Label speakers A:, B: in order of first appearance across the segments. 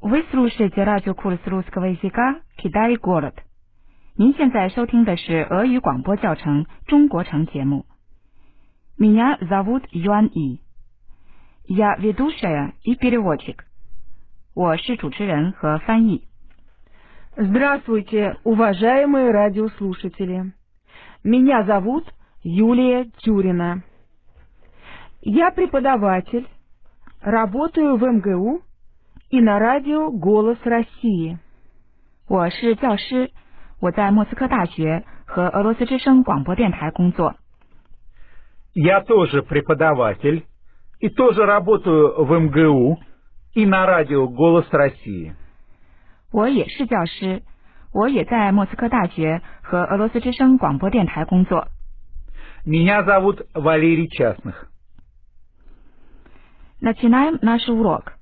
A: Вы слушаете радиокурс русского языка «Китай. Город». 您现在收听的是俄语广播教程《中国城》节目。Меня зовут Юан И. Я ведущая и переводчик. 我是主持人和翻译。
B: Здравствуйте, уважаемые радиослушатели. Меня зовут Юлия Тюрина. Я преподаватель, работаю в МГУ и на радио «Голос России».
A: 我是教师，我在莫斯科大学和俄罗斯之声广播电台工作。
C: Я тоже преподаватель и тоже работаю в МГУ и на радио «Голос России».
A: 我也是教师，我也在莫斯科大学和俄罗斯之声广播电台工作。
C: Меня зовут Валерий Частных.
A: Начинаем наш урок。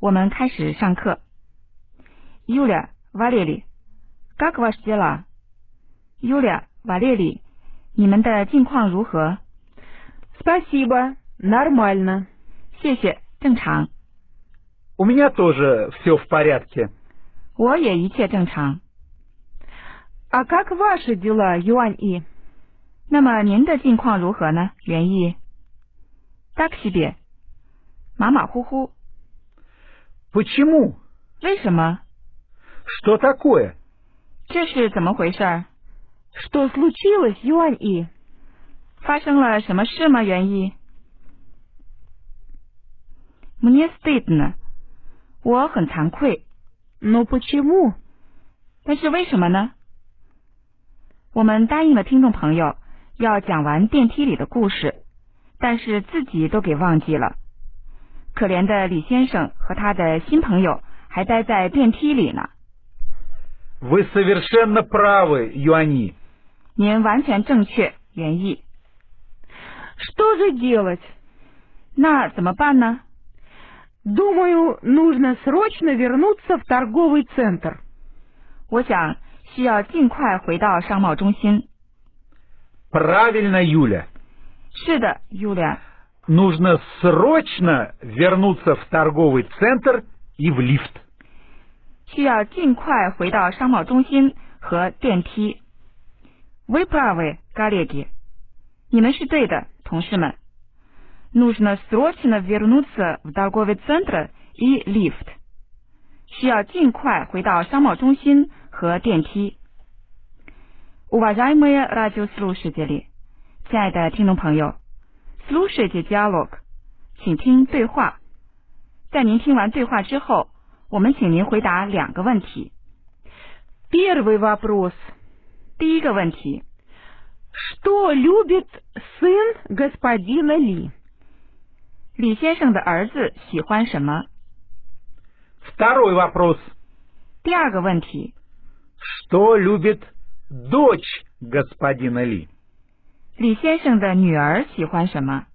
A: 我们开始上课。Юля, Валерий, как ваши дела? Юля, Валерий, 你们的近况如何？
B: Спасибо, нормально.
A: 谢谢，正常。
C: У меня тоже все в порядке.
A: 我也一切正常。
B: А как ваши дела, Юань И?
A: 那么您的近况如何呢？袁毅，так себе，马马虎虎。
C: Почему?
A: 为什么？
C: Что такое?
A: 这是怎么回事儿？
B: Что случилось, Юань И?
A: 发生了什么事吗？袁毅，мне стыдно，我很惭愧。
B: Но Ну почему?
A: 但是为什么呢？我们答应了听众朋友要讲完电梯里的故事，但是自己都给忘记了。可怜的李先生和他的新朋友还待在电梯里呢。
C: Вы совершенно правы, Юани.
A: 您完全正确，原意。
B: Что же делать?
A: 那怎么办呢？
B: Думаю, нужно срочно вернуться в торговый центр.
A: 我想需要尽快回到商贸中心。
C: Правильно, Юля.
A: 是的，Yulia，
C: Нужно срочно вернуться в торговый центр и в лифт.
A: 需要尽快回到商贸中心和电梯。Вы правы, коллеги，你们是对的，同事们。Нужно срочно вернуться в торговый центр и лифт。需要尽快回到商贸中心和电梯。Уважаемые радиослушатели，亲爱的听众朋友，слушайте диалог，请听对话。在您听完对话之后，我们请您回答两个问题。
B: Первый вопрос.
A: 第一个问题，
B: Что любит сын господина Ли?
A: 李先生的儿子喜欢什么？
C: Второй вопрос.
A: 第二个问题，
C: Что любит дочь господина Ли?
A: 李先生的女儿喜欢什么？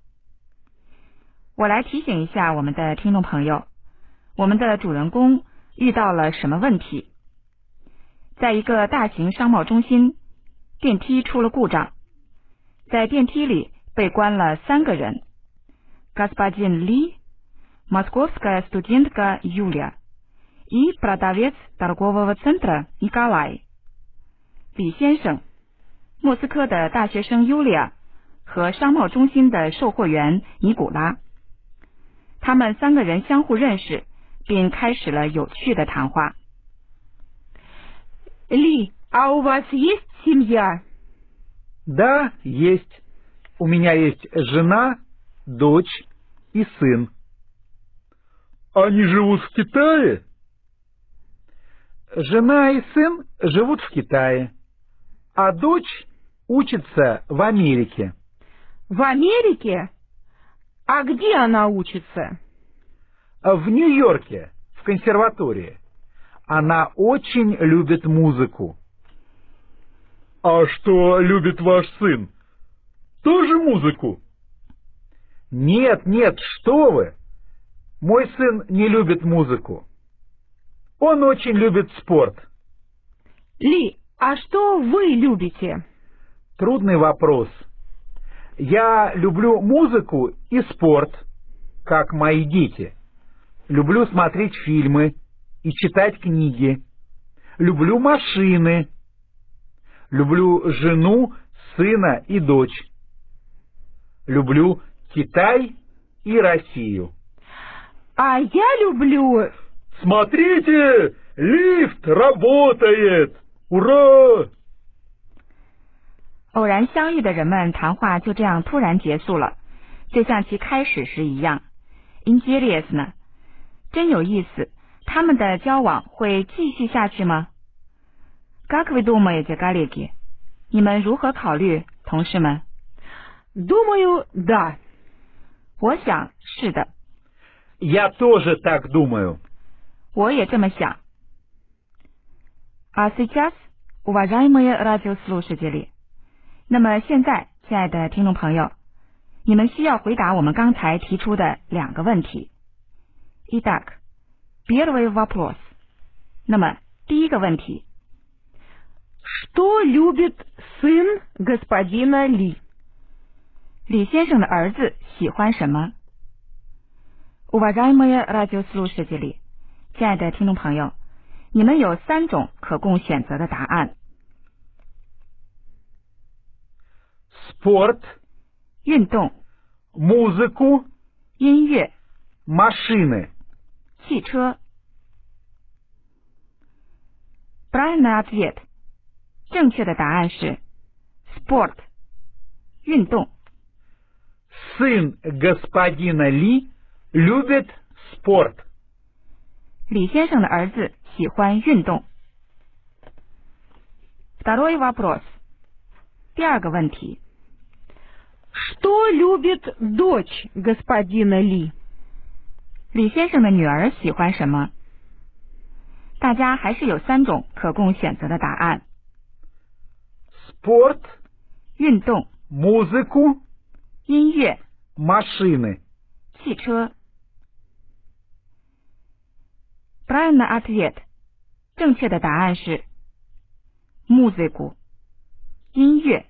A: 我来提醒一下我们的听众朋友，我们的主人公遇到了什么问题？在一个大型商贸中心，电梯出了故障，在电梯里被关了三个人。Господин Ли, московская студентка Юлия и продавец торгового центра Николай。李先生，莫斯科的大学生尤利亚和商贸中心的售货员尼古拉，他们三个人相互认识，并开始了有趣的谈话。
B: Ли, а у вас есть семья?
C: Да, есть. У меня есть жена, дочь и сын. Они живут в Китае? Жена и сын живут в Китае, а дочь учится в Америке.
B: В Америке? А где она учится?
C: э, А В Нью-Йорке, в консерватории. Она очень любит музыку. А что любит ваш сын? Тоже музыку? Нет, нет, что вы! Мой сын не любит музыку. Он очень любит спорт.
B: Ли, а что вы любите?
C: Трудный вопрос. Я люблю музыку и спорт, как мои дети. Люблю смотреть фильмы и читать книги. Люблю машины. Люблю жену, сына и дочь. Люблю Китай и Россию.
B: А я люблю...
C: Смотрите, лифт работает! Ура!
A: 偶然相遇的人们谈话就这样突然结束了，就像其开始时一样。Ingenious 呢？真有意思，他们的交往会继续下去吗 g a k v i d u m a y g a l i g 你们如何考虑，同事们？
B: Думаю, да.
A: 我想是的，
C: Я тоже так думаю.
A: 我也这么想。А сейчас, уважаемые радиослушатели，那么现在，亲爱的听众朋友，你们需要回答我们刚才提出的两个问题。Итак, первый вопрос。那么第一个问题，
B: Что любит сын господина Ли?
A: 李先生的儿子喜欢什么？Уважаемые радиослушатели，亲爱的听众朋友，你们有三种可供选择的答案：
C: Спорт,
A: 运动、
C: музыку,
A: 音乐、
C: машины.
A: 汽车。Правильный ответ，正确的答案是 sport，运动。
C: Сын господина Ли любит спорт.
A: 李先生的儿子喜欢运动。Второй вопрос，第二个问题，
B: Что любит дочь господина Ли?
A: 李先生的女儿喜欢什么？大家还是有三种可供选择的答案：
C: Спорт,
A: 运动、
C: музыку,
A: 音乐、
C: машины.
A: 汽车。Правильный ответ，正确的答案是 музыку，音乐。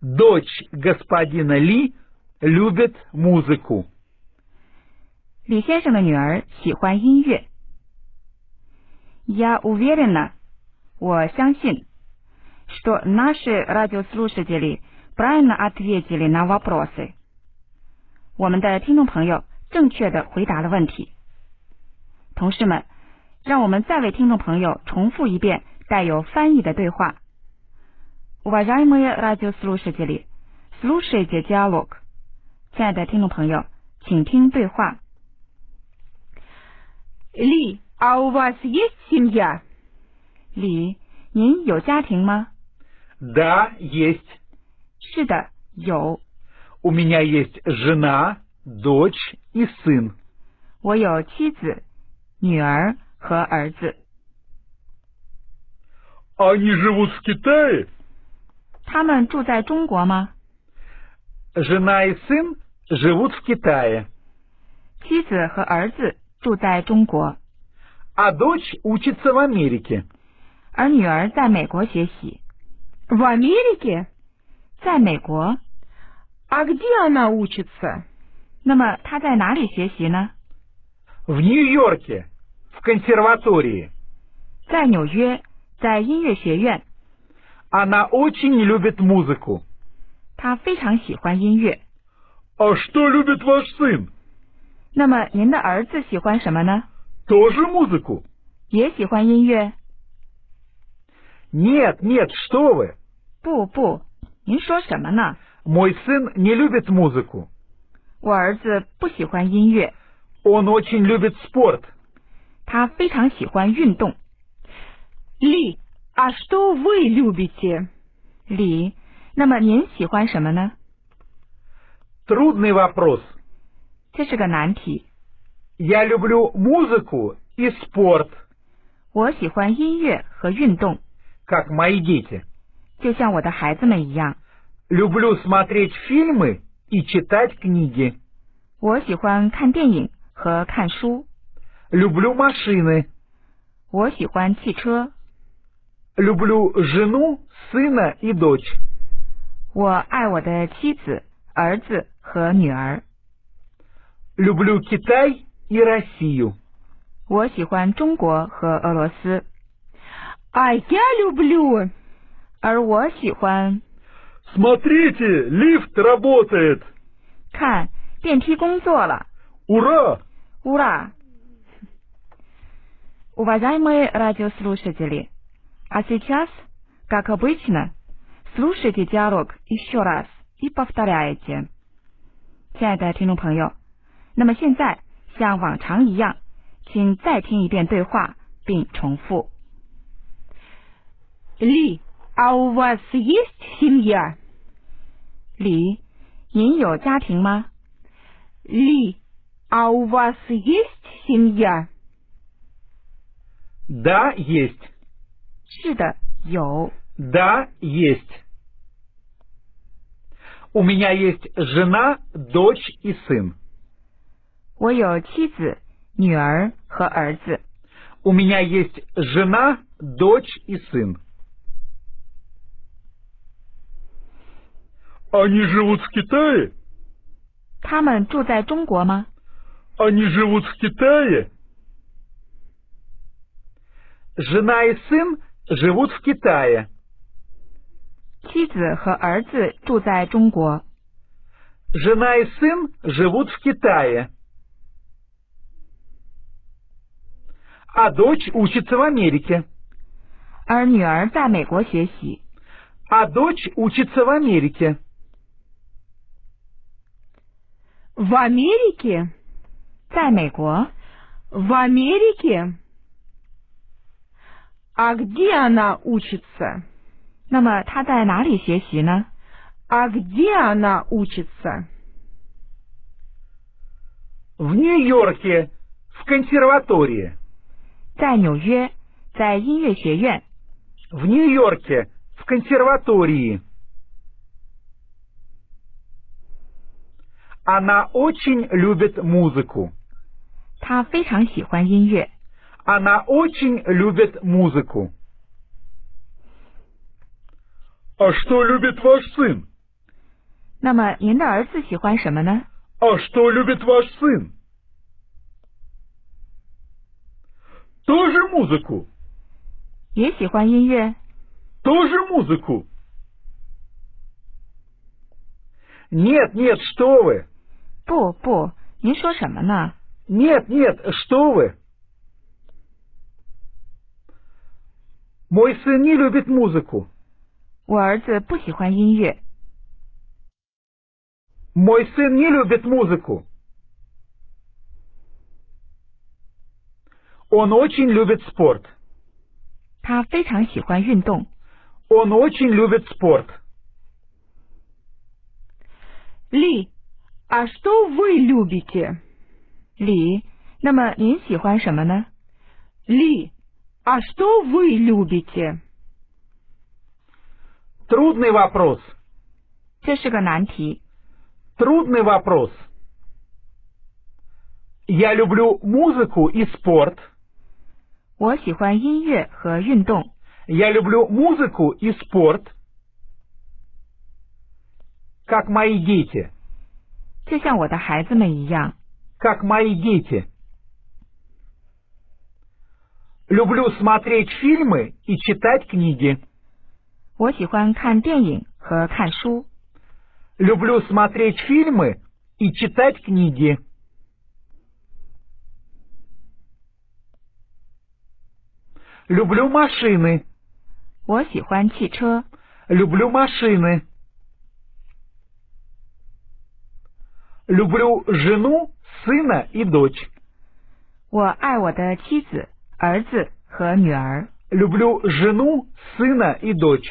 C: Дочь господина Ли любит музыку.
A: 李先生的女儿喜欢音乐。Я уверена，我相信，что наши радиослушатели правильно ответили на вопросы。我们的听众朋友正确的回答了问题。同事们，让我们再为听众朋友重复一遍带有翻译的对话。Уважаемые радиослушатели, слушайте диалог。亲爱的听众朋友，请听对话。
B: Ли, а у вас есть семья?
A: 李，您有家庭吗？
C: Да, есть.
A: 是的，有。
C: У меня есть жена, дочь и сын.
A: 我有妻子、女儿和儿子，
C: А Они живут в Китае?
A: 他们住在中国吗？
C: Жена и сын живут в Китае,
A: 妻子和儿子住在中国，
C: а дочь учится в Америке.
A: 而女儿在美国学习。
B: В Америке?
A: 在美国，
B: А где она учится?
A: 那么她在哪里学习呢？
C: В Нью-Йорке, в консерватории.
A: 在纽约，在音乐学院。
C: Она очень любит музыку.
A: 她非常喜欢音乐。
C: А что любит ваш сын?
A: 那么您的儿子喜欢什么呢？
C: Тоже музыку?
A: 也喜欢音乐？
C: Нет, нет, что вы.
A: 不不，您说什么呢？
C: Мой сын не любит музыку.
A: 我儿子不喜欢音乐，
C: Он очень любит спорт.
A: 他非常喜欢运动。
B: Ли, а что вы любите?
A: 李，那么您喜欢什么呢？
C: Трудный вопрос.
A: 这是个难题。
C: Я люблю музыку и спорт,
A: 我喜欢音乐和运动，
C: как мои дети.
A: 就像我的孩子们一样。
C: Люблю смотреть фильмы и читать книги.
A: 我喜欢看电影和看书，
C: Люблю машины.
A: 我喜欢汽车，
C: Люблю жену, сына и дочь.
A: 我爱我的妻子、儿子和女儿，
C: Люблю Китай и Россию.
A: 我喜欢中国和俄罗斯，
B: А я люблю...
A: 而我喜欢
C: Смотрите, лифт работает.
A: 看电梯工作了。
C: Ура!
A: Ура! Уважаемые радиослушатели, а сейчас, как обычно, слушайте диалог еще раз и повторяйте. 亲爱的听众朋友，那么现在像往常一样，请再听一遍对话并重复。
B: Ли, а у вас есть семья?
A: 李，您有家庭吗？
B: Ли,
A: 啊
B: а у вас есть семья?
C: Да, есть.
A: 是的，有。
C: Да, есть. У меня есть жена, дочь и сын.
A: 我有妻子、女儿和儿子。
C: У меня есть жена, дочь и сын. Они живут в Китае?
A: 他们住在中国吗？
C: Они живут в Китае? Жена и сын живут в Китае.
A: 妻子和儿子住在中国。
C: Жена и сын живут в Китае. А дочь учится в Америке.
A: 而女儿在美国学习。
C: А дочь учится в Америке.
B: В Америке?
A: 在美国，
B: В Америке? А где она учится?
A: 那么她在哪里学习呢？
B: А где она учится?
C: В Нью-Йорке, в консерватории.
A: 在纽约，在音乐学院。
C: В Нью-Йорке, в консерватории. Она очень любит музыку.
A: 她非常喜欢音乐。
C: Она очень любит музыку. А что любит ваш сын?
A: 那么您的儿子喜欢什么呢？
C: А что любит ваш сын? Тоже музыку?
A: 也喜欢音乐？
C: Тоже музыку? Нет, нет, что вы!
A: 不不，您说什么呢？
C: Нет, нет, что вы! Мой сын не любит музыку.
A: 我儿子不喜欢音乐。
C: Мой сын не любит музыку. Он очень любит спорт.
A: 他非常喜欢运动。
C: Он очень любит спорт.
B: Ли, а что вы любите?
A: 李，那么您喜欢什么呢？
B: Ли, а что вы любите?
C: Трудный вопрос.
A: 这是个难题。
C: Трудный вопрос. Я люблю музыку и спорт.
A: 我喜欢音乐和运动。
C: Я люблю музыку и спорт. Как мои дети.
A: 就像我的孩子们一样，
C: Как мои дети. Люблю смотреть фильмы и читать книги.
A: 我喜欢看电影和看书。
C: Люблю смотреть фильмы и читать книги. Люблю машины.
A: 我喜欢汽车，
C: Люблю машины. Люблю жену, сына и дочь.
A: 我爱我的妻子、儿子和女儿。
C: Люблю жену, сына и дочь.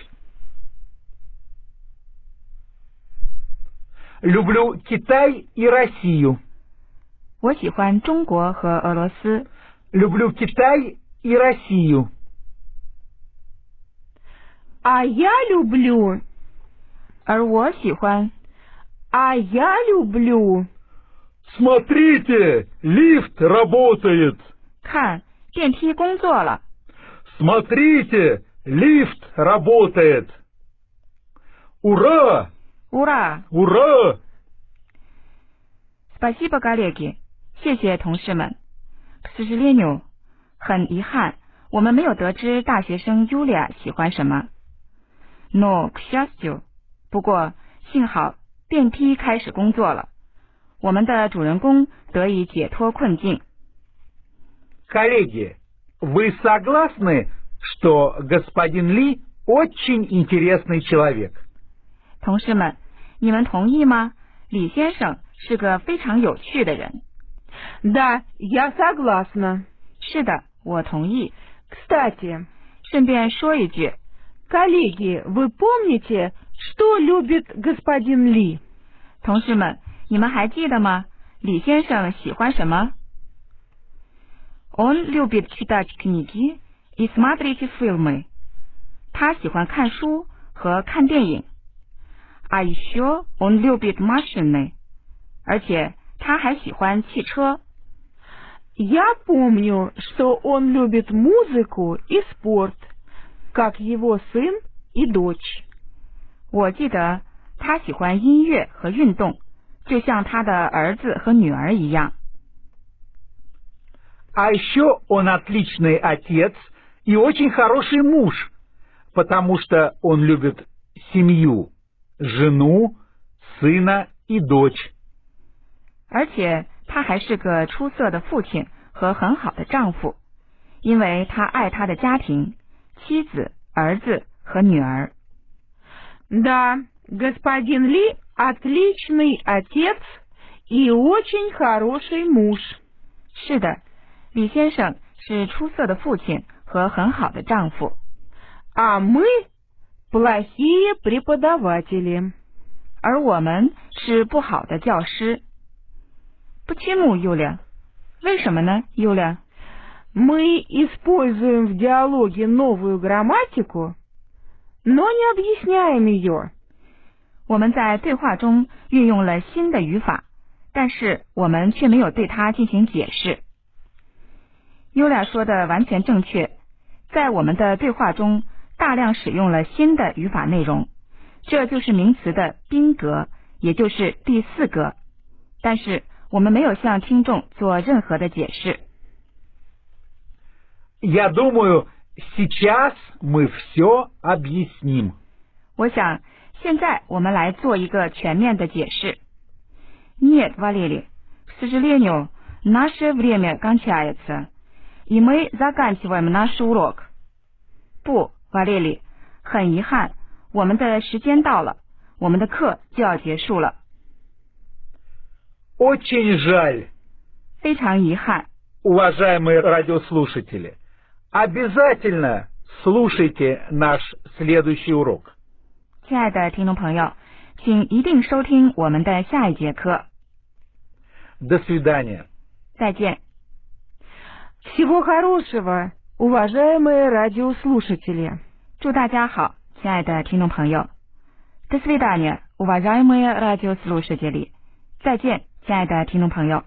C: Люблю Китай и Россию.
A: 我喜欢中国和俄罗斯。
C: Люблю Китай и Россию.
B: А я люблю.
A: 啊而我喜欢啊
B: А я люблю.
C: Смотрите, лифт работает.
A: 看电梯工作了。
C: Смотрите, лифт работает. Ура!
A: Ура!
C: Ура!
A: Спасибо, коллеги，谢谢同事们。к сожалению，很遗憾，我们没有得知大学生 Yulia 喜欢什么。No, к счастью，不过幸好电梯开始工作了，我们的主人公得以解脱困境。
C: Коллеги, вы согласны, что господин Ли очень интересный человек?
A: 同事们，你们同意吗？李先生是个非常有趣的人。
B: Да, я согласна.
A: 是的，我同意。
B: Кстати,
A: 顺便说一句，
B: коллеги, вы помните, что любит господин Ли?
A: 同事们，你们还记得吗？李先生喜欢什么？Он любит читать книги и смотреть фильмы。他喜欢看书和看电影。А еще он любит машины。而且他还喜欢汽车。
B: Я помню, что он любит музыку и спорт, как его сын и дочь.
A: 我记得他喜欢音乐和运动，就像他的儿子和女儿一样。
C: А еще он отличный отец и очень хороший муж, потому что он любит семью, жену, сына и дочь.
A: 而且他还是个出色的父亲和很好的丈夫，因为他爱他的家庭、妻子、儿子和女儿。
B: Да, господин Ли отличный отец и очень хороший муж.
A: 是的，李先生是出色的父亲和很好的丈夫，
B: А мы плохие преподаватели.
A: 而我们是不好的教师。不亲母优良，为什么呢？优良，
B: Мы используем в диалоге новую грамматику, но не объясняем ее.
A: 我们在对话中运用了新的语法，但是我们却没有对它进行解释。优俩说的完全正确，在我们的对话中大量使用了新的语法内容，这就是名词的宾格，也就是第四格。但是我们没有向听众做任何的解释。
C: Я думаю, сейчас мы все объясним.
A: 我想现在我们来做一个全面的解释。Нет, Валерий, к сожалению, наше время кончается, и мы заканчиваем наш урок. 不，瓦列里，很遗憾，我们的时间到了，我们的课就要结束了。
C: Очень жаль,
A: 非常遗憾，
C: уважаемые радиослушатели. Обязательно слушайте наш следующий урок.
A: 亲爱的听众朋友，请一定收听我们的下一节课。
C: До свидания.
A: 再见。
B: Всего хорошего, уважаемые радиослушатели.
A: 祝大家好，亲爱的听众朋友。До свидания, уважаемые радиослушатели。再见，亲爱的听众朋友。